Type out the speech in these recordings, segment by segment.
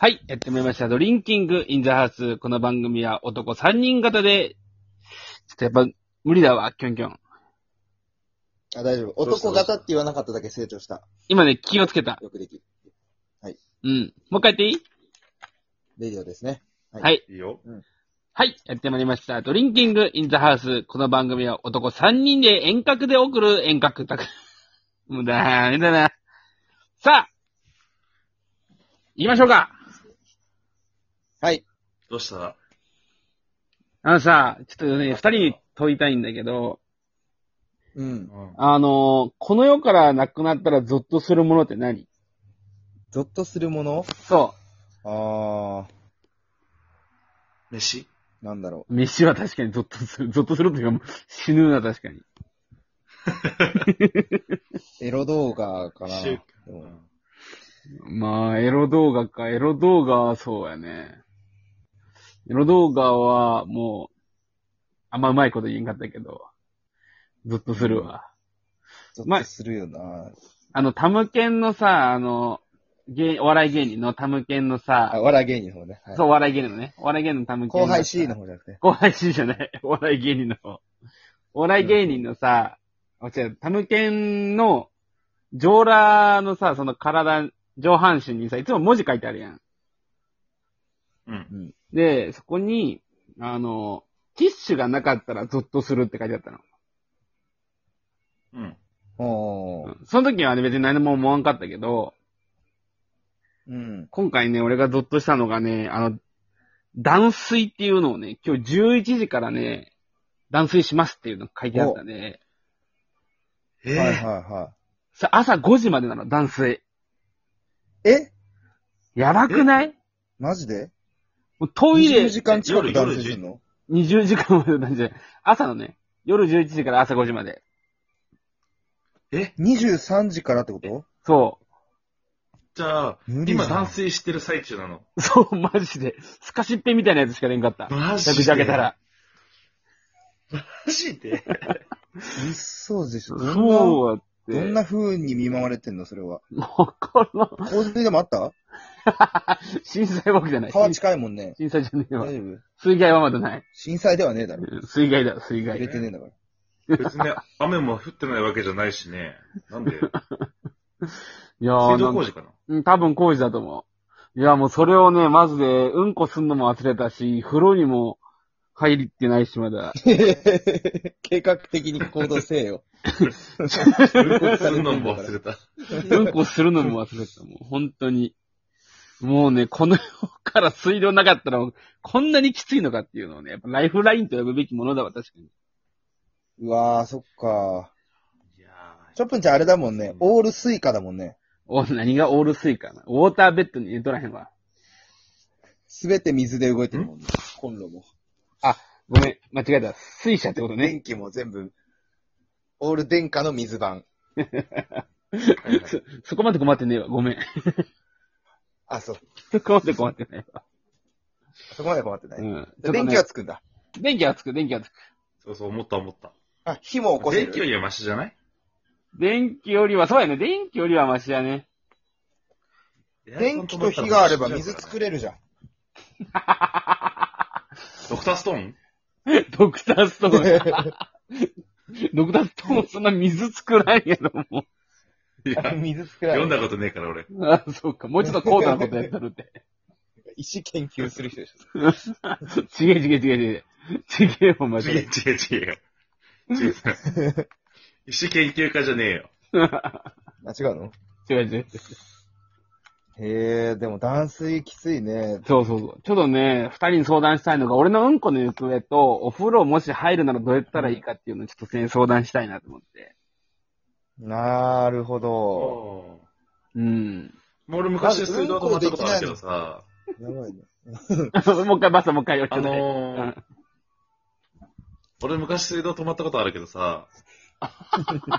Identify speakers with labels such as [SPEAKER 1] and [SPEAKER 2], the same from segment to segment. [SPEAKER 1] はい、やってまいりました。ドリンキングインザハウス。この番組は男3人型で、ちょっとやっぱ無理だわ、キョンキョン。
[SPEAKER 2] あ、大丈夫。
[SPEAKER 3] どうした
[SPEAKER 2] 男型って言わなかっただけ成長した。
[SPEAKER 1] 今ね、気をつけた。
[SPEAKER 2] よくできる。
[SPEAKER 1] うん。もう一回やっていい
[SPEAKER 2] レディオですね。はい
[SPEAKER 1] はい。
[SPEAKER 3] いいよ。
[SPEAKER 1] はい、やってまいりました。ドリンキングインザハウス。この番組は男3人で遠隔で送る遠隔 宅。もうダメだな。さあ行きましょうか
[SPEAKER 2] はい。
[SPEAKER 3] どうした
[SPEAKER 1] あのさ、ちょっとね、二人に問いたいんだけど、
[SPEAKER 2] うん。
[SPEAKER 1] あのーこの世からなくなったらゾッとするものって何
[SPEAKER 2] ゾッとするもの
[SPEAKER 1] そ
[SPEAKER 2] あ
[SPEAKER 3] 飯
[SPEAKER 2] ー、なんだろ
[SPEAKER 1] う。飯は確かにゾッとする。ゾッ とするというか、死ぬな、確かに。
[SPEAKER 2] う。エロ動画かな。でも
[SPEAKER 1] まあ、エロ動画か。エロ動画はそうやね。エロ動画は、もう、あんまうまいこと言えんかったけど、ゾッとするわ。
[SPEAKER 2] ゾッとするよな。
[SPEAKER 1] あの、タムケンのさ、あの、芸お笑い芸人のタムケンの
[SPEAKER 2] あ、
[SPEAKER 1] さ、
[SPEAKER 2] お笑い芸人の方ね。はい
[SPEAKER 1] そう、お笑い芸人のね。お笑い芸人のタムケンの
[SPEAKER 2] 後
[SPEAKER 1] さ。
[SPEAKER 2] 輩 C の方じゃな くて。
[SPEAKER 1] 後輩 C じゃない。お笑い芸人の方。お笑い芸人のさ、あ、違う、タムケンの、上裸のさ、その体、上半身にさ、いつも文字書いてあるやん。
[SPEAKER 3] うん。
[SPEAKER 1] で、そこに、あの、ティッシュがなかったらゾッとするって書いてあったの。
[SPEAKER 3] うん。
[SPEAKER 2] お
[SPEAKER 1] う
[SPEAKER 2] ー。
[SPEAKER 1] んその時はね、別に何も思わんかったけど、
[SPEAKER 2] うん。
[SPEAKER 1] 今回ね、俺がゾッとしたのがね、あの、断水っていうのをね、今日11時からね、断水しますっていうの書いてあったね。
[SPEAKER 3] え
[SPEAKER 2] はいはいは
[SPEAKER 1] さ、朝5時までなの、断水。
[SPEAKER 2] い。え
[SPEAKER 1] やばくない
[SPEAKER 2] マジで
[SPEAKER 1] もうトイレ
[SPEAKER 2] ?20 時間近く男性するの
[SPEAKER 1] 20時間までなんじゃない朝のね、夜11時から朝5時まで。
[SPEAKER 3] え
[SPEAKER 2] ?23 時からってこと
[SPEAKER 1] そ
[SPEAKER 3] じゃあ、
[SPEAKER 2] 無理じゃ
[SPEAKER 3] 今
[SPEAKER 2] ん
[SPEAKER 3] 断水してる最中なの。
[SPEAKER 1] う。 そう、マジで。スカシッペみたいなやつしか出んかった。
[SPEAKER 3] マジで
[SPEAKER 1] 着地上げたら。
[SPEAKER 3] マジで
[SPEAKER 2] うっそうでしょ。どんな、
[SPEAKER 1] そうやって。
[SPEAKER 2] どんな風に見舞われてんのそれは。
[SPEAKER 1] わからん。
[SPEAKER 2] 洪水でもあった
[SPEAKER 1] 震災はわけじゃない。
[SPEAKER 2] 川近いもんね。
[SPEAKER 1] 震災じゃねえわ
[SPEAKER 2] 大。丈夫
[SPEAKER 1] 水害はまだない。
[SPEAKER 2] 震災ではねえだろ。
[SPEAKER 1] 水害だ、水
[SPEAKER 2] 入れ
[SPEAKER 1] 害。
[SPEAKER 2] てねえんだから。
[SPEAKER 3] 別に雨も降ってないわけじゃないしね。なんで水
[SPEAKER 1] いやーな
[SPEAKER 3] 道工
[SPEAKER 1] んか
[SPEAKER 3] 事かな
[SPEAKER 1] うん、多分工事だと思う。いや、もうそれをね、マジで、うんこすんのも忘れたし、風呂にも入ってないし、まだ。
[SPEAKER 2] 計画的に行動せえよ。
[SPEAKER 3] うんこするのも忘れた。
[SPEAKER 1] うんこするのも忘れた。もう本当に。もうね、この世から水道なかったら、こんなにきついのかっていうのをね、やっぱライフラインと呼ぶべきものだわ、確かに。
[SPEAKER 2] うわー、そっか。
[SPEAKER 3] いや
[SPEAKER 2] チョップンちゃんあれだもんね。オールスイカだもんね。
[SPEAKER 1] お、何がオール水かな。ウォーターベッドに入れとらへんわ。
[SPEAKER 2] すべて水で動いてるもんね。コンロも。
[SPEAKER 1] ごめん、間違えた。水車ってことね。
[SPEAKER 2] 電気も全部。オール電化の水版。
[SPEAKER 3] ーはいはい
[SPEAKER 1] そ、そこまで困ってねえわ。ごめん。
[SPEAKER 2] あ、そう。
[SPEAKER 1] そこまで困ってねえわ。
[SPEAKER 2] そこまで困ってな
[SPEAKER 1] う
[SPEAKER 2] い。
[SPEAKER 1] ん。
[SPEAKER 2] 電気はつくんだ。
[SPEAKER 1] 電気はつく、電気はつく。
[SPEAKER 3] そうそう、思った思った。
[SPEAKER 2] あ、火も起こせ
[SPEAKER 3] 電気よ
[SPEAKER 2] る。
[SPEAKER 3] りはマシじゃない
[SPEAKER 1] 電気よりは、そうやね。電気よりはマシやね。
[SPEAKER 2] 電気と火があれば水作
[SPEAKER 3] れ。
[SPEAKER 2] れるじゃん。
[SPEAKER 3] ドクターストーン
[SPEAKER 1] ドクターストーン。ドクターストーンそんな水作らんやろ、も
[SPEAKER 3] いや、
[SPEAKER 2] 水作
[SPEAKER 3] 読んだことねえから俺。
[SPEAKER 1] う。あ、そうか。もうちょっと高度なことやったるって。
[SPEAKER 2] 石研究する人でしょ。
[SPEAKER 1] ちげえちげえちげえちげえ。ちげえよ、マジ
[SPEAKER 3] 違
[SPEAKER 1] で。
[SPEAKER 3] う違う違うよ。違う。石研究家じゃねえよ。
[SPEAKER 2] あ、違うの
[SPEAKER 1] 違う違う違う。
[SPEAKER 2] へえ、でも断水きついね。
[SPEAKER 1] そうそうそう。ちょっとね、二人に相談したいのが、俺のうんこの行方と、お風呂もし入るならどうやったらいいかっていうのをちょっとね相談したいなと思って。
[SPEAKER 2] なるほど。
[SPEAKER 3] も
[SPEAKER 1] うん。
[SPEAKER 3] う俺昔水道止まったことあるけどさ、
[SPEAKER 2] やばいね。
[SPEAKER 1] もう一回、バスもう一回、よっち
[SPEAKER 3] あ
[SPEAKER 1] ょっとね
[SPEAKER 3] のー、俺昔水道止まったことあるけど さ、ま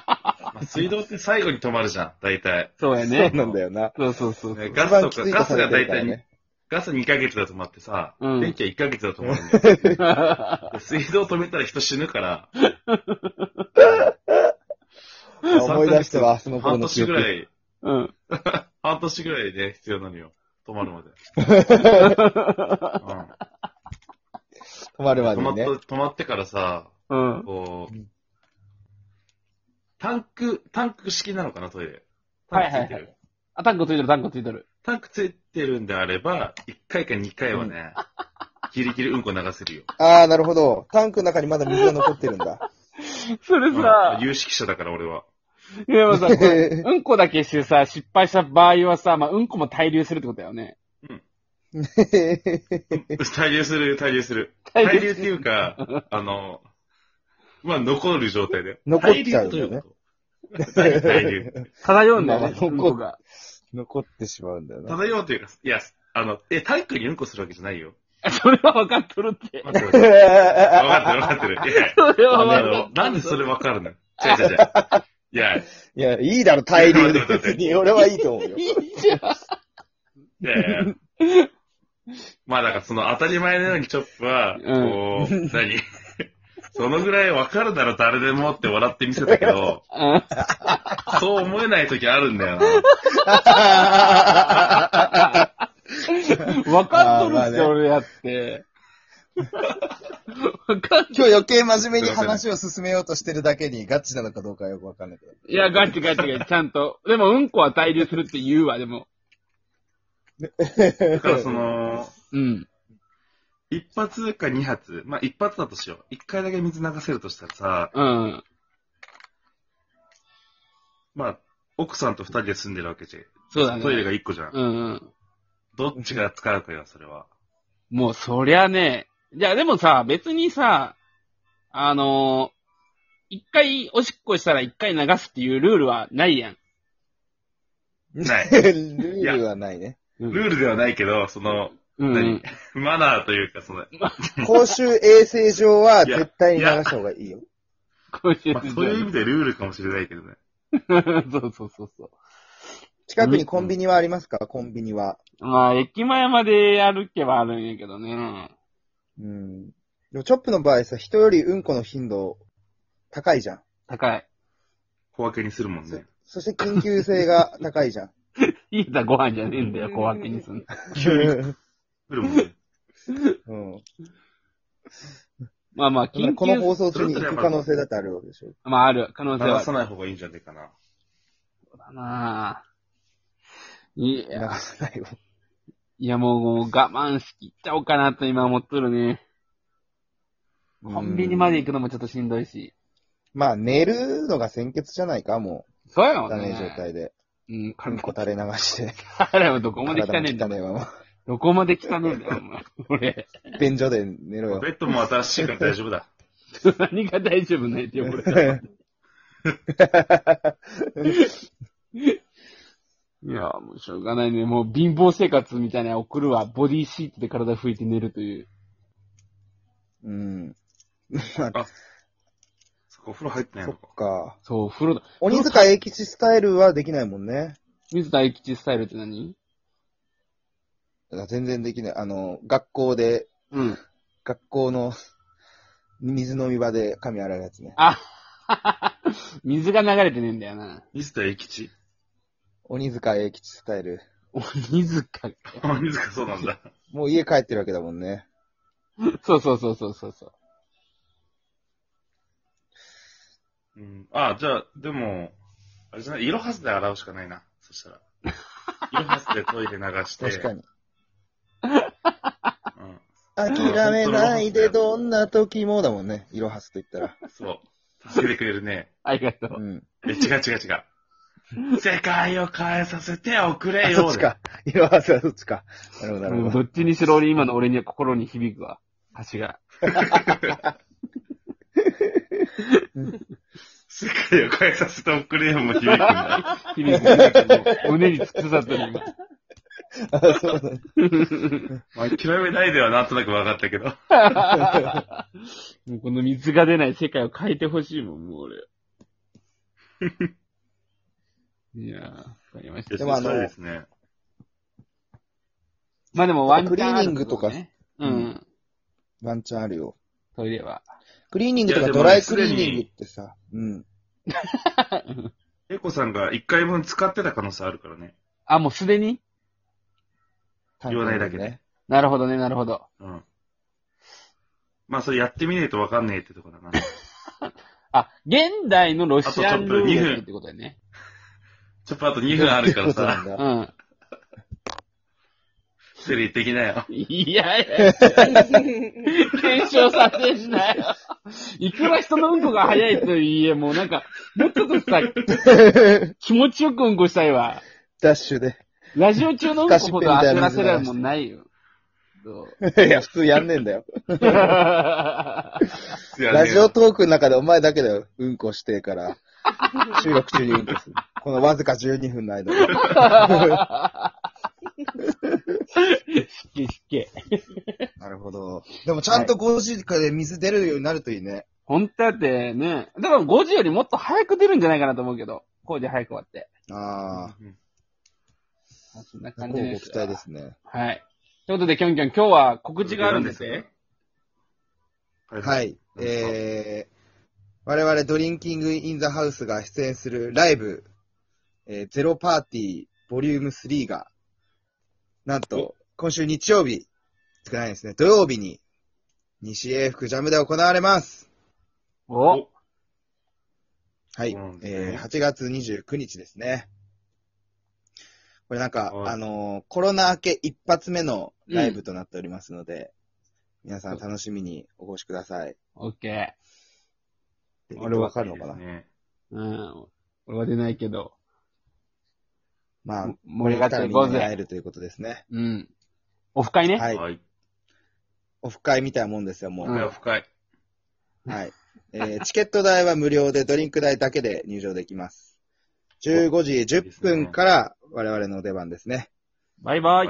[SPEAKER 3] あ水道って最後に止まるじゃん、大体。
[SPEAKER 1] そうや
[SPEAKER 2] そう
[SPEAKER 1] ね。
[SPEAKER 2] なんだよ な。
[SPEAKER 1] そうそうそう。
[SPEAKER 3] ねガ
[SPEAKER 2] 一
[SPEAKER 3] ス
[SPEAKER 2] 番
[SPEAKER 3] と
[SPEAKER 2] き
[SPEAKER 3] か、
[SPEAKER 2] つい
[SPEAKER 3] ガ
[SPEAKER 2] と
[SPEAKER 3] ス
[SPEAKER 2] され
[SPEAKER 3] が
[SPEAKER 2] て
[SPEAKER 3] 大
[SPEAKER 2] るから
[SPEAKER 3] 体に、
[SPEAKER 2] ね。
[SPEAKER 3] ガス2ヶ月で止まってさ、
[SPEAKER 1] うん
[SPEAKER 3] 電気は1ヶ月で止まる んだよ。で水道止めたら人死ぬから、
[SPEAKER 2] 思い出しては、明日の頃
[SPEAKER 3] 半
[SPEAKER 2] の記
[SPEAKER 3] 年ぐ
[SPEAKER 2] 憶。
[SPEAKER 3] らい、
[SPEAKER 1] うん。
[SPEAKER 3] 半年ぐらいね、必要なのよ。止ま るまで。
[SPEAKER 2] 止まるま
[SPEAKER 3] うん、止ま
[SPEAKER 2] で
[SPEAKER 3] っ
[SPEAKER 2] ね。
[SPEAKER 3] と止まってからさ、
[SPEAKER 1] うん。
[SPEAKER 3] こう
[SPEAKER 2] うん、
[SPEAKER 3] タンク、タンク式なのかな、トイレ。タ
[SPEAKER 1] は
[SPEAKER 3] ン
[SPEAKER 1] い
[SPEAKER 3] ク
[SPEAKER 1] はい
[SPEAKER 3] つ
[SPEAKER 1] はい
[SPEAKER 3] いてる。
[SPEAKER 1] あ、タンクついてる、タンクついてる。
[SPEAKER 3] タンクついてるんであれば、1回か2回はね、ギリギリうんこ流せるよ。
[SPEAKER 2] ああ、なるほど。タンクの中にまだ水が残ってるん だ。
[SPEAKER 1] それさ
[SPEAKER 3] うん、有識者だから俺は。
[SPEAKER 1] いやでもさ、これうんこだけしてさ、失敗した場合はさ、まあ、うんこも滞留するってことだよね。
[SPEAKER 3] 滞留する、滞留する。
[SPEAKER 1] 滞
[SPEAKER 3] 滞
[SPEAKER 1] 留
[SPEAKER 3] 留っていうか、あの、まあ残る状態で。
[SPEAKER 2] 残っちゃう
[SPEAKER 3] 滞留と
[SPEAKER 2] よ
[SPEAKER 3] い
[SPEAKER 2] ね
[SPEAKER 3] うこと。滞留。
[SPEAKER 1] 漂うんだよね、
[SPEAKER 2] まあ
[SPEAKER 1] うんこが。
[SPEAKER 2] 残ってしまうんだよな。
[SPEAKER 3] 漂うというか、いや、あの、え、体育にうんこするわけじゃないよ。
[SPEAKER 1] それは分かっとるって。
[SPEAKER 3] 待って待って分かってる分かってる。いや
[SPEAKER 1] それは
[SPEAKER 3] あ
[SPEAKER 1] 分か
[SPEAKER 3] の
[SPEAKER 1] っ、とる。
[SPEAKER 3] なんでそれ分かるの違う違う違う。いや、い
[SPEAKER 2] いや、いいだろ、大流で別に。俺はいいと思うよ。
[SPEAKER 1] いいじゃん。
[SPEAKER 3] やいや。まあだからその当たり前のようにチョップは、こう、何そのぐらい分かるなら誰でもって笑ってみせたけど、
[SPEAKER 1] うん
[SPEAKER 3] そう思えない時あるんだよな。
[SPEAKER 1] 分かっとるっす
[SPEAKER 2] あーまあね
[SPEAKER 1] よ、俺やって。分かっ
[SPEAKER 2] 今日余計真面目に話を進めようとしてるだけにガチなのかどうかよくわかんないけど。
[SPEAKER 1] いや、ガチガチガチ、ちゃんと。でも、うんこは滞留するって言うわ、でも。
[SPEAKER 3] だからその、
[SPEAKER 1] うん。
[SPEAKER 3] 一発か二発、まあ一発だとしよう。一回だけ水流せるとしたらさ、
[SPEAKER 1] うん。
[SPEAKER 3] まあ、奥さんと二人で住んでるわけじゃん。
[SPEAKER 1] そうだね。
[SPEAKER 3] トイレが一個じゃん。
[SPEAKER 1] うんうん。
[SPEAKER 3] どっちが使うかよ、それは。
[SPEAKER 1] もう、そりゃね。いや、でもさ、別にさ、あのー一回おしっこしたら一回流すっていうルールはないやん。
[SPEAKER 3] ない。
[SPEAKER 2] ルールはないね。
[SPEAKER 1] うん
[SPEAKER 3] ルールではないけど、その、
[SPEAKER 1] うんうん。
[SPEAKER 3] マナーというか、その、
[SPEAKER 2] 公衆衛生上は絶対に流した方がいいよ。
[SPEAKER 1] こういう
[SPEAKER 3] まあ、そういう意味でルールかもしれないけどね。
[SPEAKER 1] そうそうそうそ
[SPEAKER 2] 近くにコンビニはありますかコンビニは。
[SPEAKER 1] う。まあ、駅前まで歩けばあるんやけどね。
[SPEAKER 2] うん。でもチョップの場合さ、人よりうんこの頻度高いじゃん。
[SPEAKER 1] 高い。
[SPEAKER 3] 小分けにするもんね。
[SPEAKER 2] そして緊急性が高いじ ゃん。
[SPEAKER 1] いいだご飯じゃねえんだよ、小分けにすんの。
[SPEAKER 3] 来るもんね。
[SPEAKER 2] うん。
[SPEAKER 1] まあまあ、
[SPEAKER 2] だから
[SPEAKER 1] 緊
[SPEAKER 2] この
[SPEAKER 1] 急、
[SPEAKER 2] 放送中に行く可能性だってあるわけでしょ。
[SPEAKER 1] まあある、可能性は
[SPEAKER 3] 流
[SPEAKER 1] ある
[SPEAKER 3] さない方がいいんじゃないかな。
[SPEAKER 1] なあ。い
[SPEAKER 2] 流
[SPEAKER 1] や、
[SPEAKER 2] さないよ。
[SPEAKER 1] いやもうもう我慢しきっちゃおうかなと今思っとるね。 コンビニまで行くのもちょっとしんどいし。
[SPEAKER 2] まあ、寝るのが先決じゃないか、も
[SPEAKER 1] そうやも
[SPEAKER 2] う。
[SPEAKER 1] ん
[SPEAKER 2] ダ
[SPEAKER 1] ね。
[SPEAKER 2] メージ状態で。
[SPEAKER 1] うん、
[SPEAKER 2] う
[SPEAKER 1] 軽
[SPEAKER 2] ん
[SPEAKER 1] く
[SPEAKER 2] こ垂れ流して。
[SPEAKER 1] あれはどこまで汚
[SPEAKER 2] 体
[SPEAKER 1] ねえんだ
[SPEAKER 2] も
[SPEAKER 1] よ。
[SPEAKER 2] 汚ねえまま。
[SPEAKER 1] どこまで汚ねえんだよ、お前俺。
[SPEAKER 2] 便所で 寝ろよ。
[SPEAKER 3] ベッドも新しいから大丈夫だ。
[SPEAKER 1] 何が大丈夫 ないって俺。いや、もうしょうがないね。もう貧乏生活みたいなの送るわ。ボディーシートで体拭いて寝るという。
[SPEAKER 2] うん。
[SPEAKER 3] そこお風呂入ってない
[SPEAKER 2] そ
[SPEAKER 3] の
[SPEAKER 2] っ
[SPEAKER 3] か。
[SPEAKER 2] か。
[SPEAKER 1] そう、風呂だ。
[SPEAKER 2] 鬼塚英吉スタイルはできないもんね。
[SPEAKER 1] 水田大吉スタイルって何
[SPEAKER 2] 全然できない。あの、学校で、
[SPEAKER 1] うん。
[SPEAKER 2] 学校の水飲み場で髪洗うやつね。
[SPEAKER 1] あ水が流れてねえんだよ な。
[SPEAKER 3] 水田駅地
[SPEAKER 2] 鬼塚英吉スタイル。
[SPEAKER 1] 鬼塚。
[SPEAKER 3] 鬼塚そうなんだ。
[SPEAKER 2] もう家帰ってるわけだもんね。
[SPEAKER 1] そうそうそうそうそうそう。
[SPEAKER 3] うん。あ、じゃあ、でも、あれじゃない、色はずで洗うしかないな。そした ら。色はずでトイレ流して。
[SPEAKER 2] 確かに。
[SPEAKER 3] うん。
[SPEAKER 2] 諦めないでどんな時もだもんね。いろはすと言ったら。
[SPEAKER 3] そう。助けてくれるね。
[SPEAKER 1] ありがと
[SPEAKER 2] う
[SPEAKER 1] う。
[SPEAKER 2] ん。
[SPEAKER 3] え、違う違う違う。世界を変えさせておくれ
[SPEAKER 2] あ、
[SPEAKER 3] よ。
[SPEAKER 2] そっちか。いろはすはそっちか。なるほど、なる
[SPEAKER 1] うん
[SPEAKER 2] ほど。
[SPEAKER 1] どっちにしろ俺今の俺には心に響くわ。橋が。
[SPEAKER 3] 世界を変えさせておくれよも響くんだ。
[SPEAKER 1] 響く響く。もう胸に突き刺さってる今。
[SPEAKER 2] あ、そうだね。
[SPEAKER 3] まあ、諦めないではなんとなく分かったけど。
[SPEAKER 1] もうこの水が出ない世界を変えてほしいもん、もう俺。 いやー、わかりました。
[SPEAKER 2] でもあの
[SPEAKER 3] そうですね。
[SPEAKER 1] まあでもワンチャンある
[SPEAKER 2] クリーニングとか
[SPEAKER 1] ねうん。
[SPEAKER 2] ワンチャンあるよ。
[SPEAKER 1] トイレは。
[SPEAKER 2] クリーニングと
[SPEAKER 3] い
[SPEAKER 2] か
[SPEAKER 3] やで
[SPEAKER 2] ド
[SPEAKER 3] も
[SPEAKER 2] ライクリーニングってさ。うん。
[SPEAKER 3] エコさんが一回分使ってた可能性あるからね。
[SPEAKER 1] あ、もうすでに
[SPEAKER 2] 単
[SPEAKER 3] 言わないだけで
[SPEAKER 2] ね。
[SPEAKER 1] なるほどね、なるほど。
[SPEAKER 3] うん。まあ、それやってみねえとわかんねえってとこだ な。
[SPEAKER 1] あ、現代のロシアンルーレットってことだよね。
[SPEAKER 3] ちょっとあと2分あるから
[SPEAKER 2] ってことなん
[SPEAKER 3] さ、
[SPEAKER 2] だ
[SPEAKER 1] うん。
[SPEAKER 3] 一人行ってきなよ。
[SPEAKER 1] いやいや、検証させしないよ。いくら人のうんこが早いとはいえ、もうなんか、もうちょっ とさ、気持ちよくうんこしたいわ。
[SPEAKER 2] ダッシュで。
[SPEAKER 1] ラジオ中のうんこほど焦らせられるもんないよ。 そう
[SPEAKER 2] いや、普通やんねえんだよ。
[SPEAKER 3] いや
[SPEAKER 2] ラジオトークの中でお前だけだよ。うんこして から。収録中にうんこする。このわずか12分の間で。
[SPEAKER 1] しっけしっけ。
[SPEAKER 2] なるほど。でもちゃんと5時間で水出るようになるといいね。
[SPEAKER 1] 本当だってね、でも5時よりもっと早く出るんじゃないかなと思うけど、工事早く終わって。
[SPEAKER 2] あ
[SPEAKER 3] うん
[SPEAKER 1] あそんな
[SPEAKER 2] あ、
[SPEAKER 1] 感
[SPEAKER 2] 今
[SPEAKER 1] じ
[SPEAKER 2] 後
[SPEAKER 1] で
[SPEAKER 2] ご
[SPEAKER 1] す
[SPEAKER 2] 期。待ですね。
[SPEAKER 1] はい。ということで、キョンキョン、今日は告知があるんですね。
[SPEAKER 3] は
[SPEAKER 2] は
[SPEAKER 3] いはい
[SPEAKER 2] い。えー、我々ドリンキングインザハウスが出演するライブ、えー、ゼロパーティーボリューム3が、なんと、今週日曜日、少ないですね、土曜日に、西英福ジャムで行われます。
[SPEAKER 1] お
[SPEAKER 2] はい。
[SPEAKER 3] そうなんですね
[SPEAKER 2] えー、8月29日ですね。これなんか、
[SPEAKER 3] はい
[SPEAKER 2] あのーコロナ明け一発目のライブとなっておりますので、皆さん楽しみにお越しください。
[SPEAKER 1] オッケ
[SPEAKER 2] あれわかるのかな
[SPEAKER 3] ね
[SPEAKER 1] ー。うん。俺は出ないけど。
[SPEAKER 2] まあ
[SPEAKER 1] も、盛り上がっていこうぜ
[SPEAKER 2] みんなに会えるということですね。
[SPEAKER 1] うん。オフ会ね。
[SPEAKER 2] はい。
[SPEAKER 3] はい。
[SPEAKER 2] オフ会みたいなもんですよ、もう。
[SPEAKER 3] これは深い。
[SPEAKER 2] はい。えーチケット代は無料で、ドリンク代だけで入場できます。15時10分から我々の出番ですね。
[SPEAKER 1] バイバイ。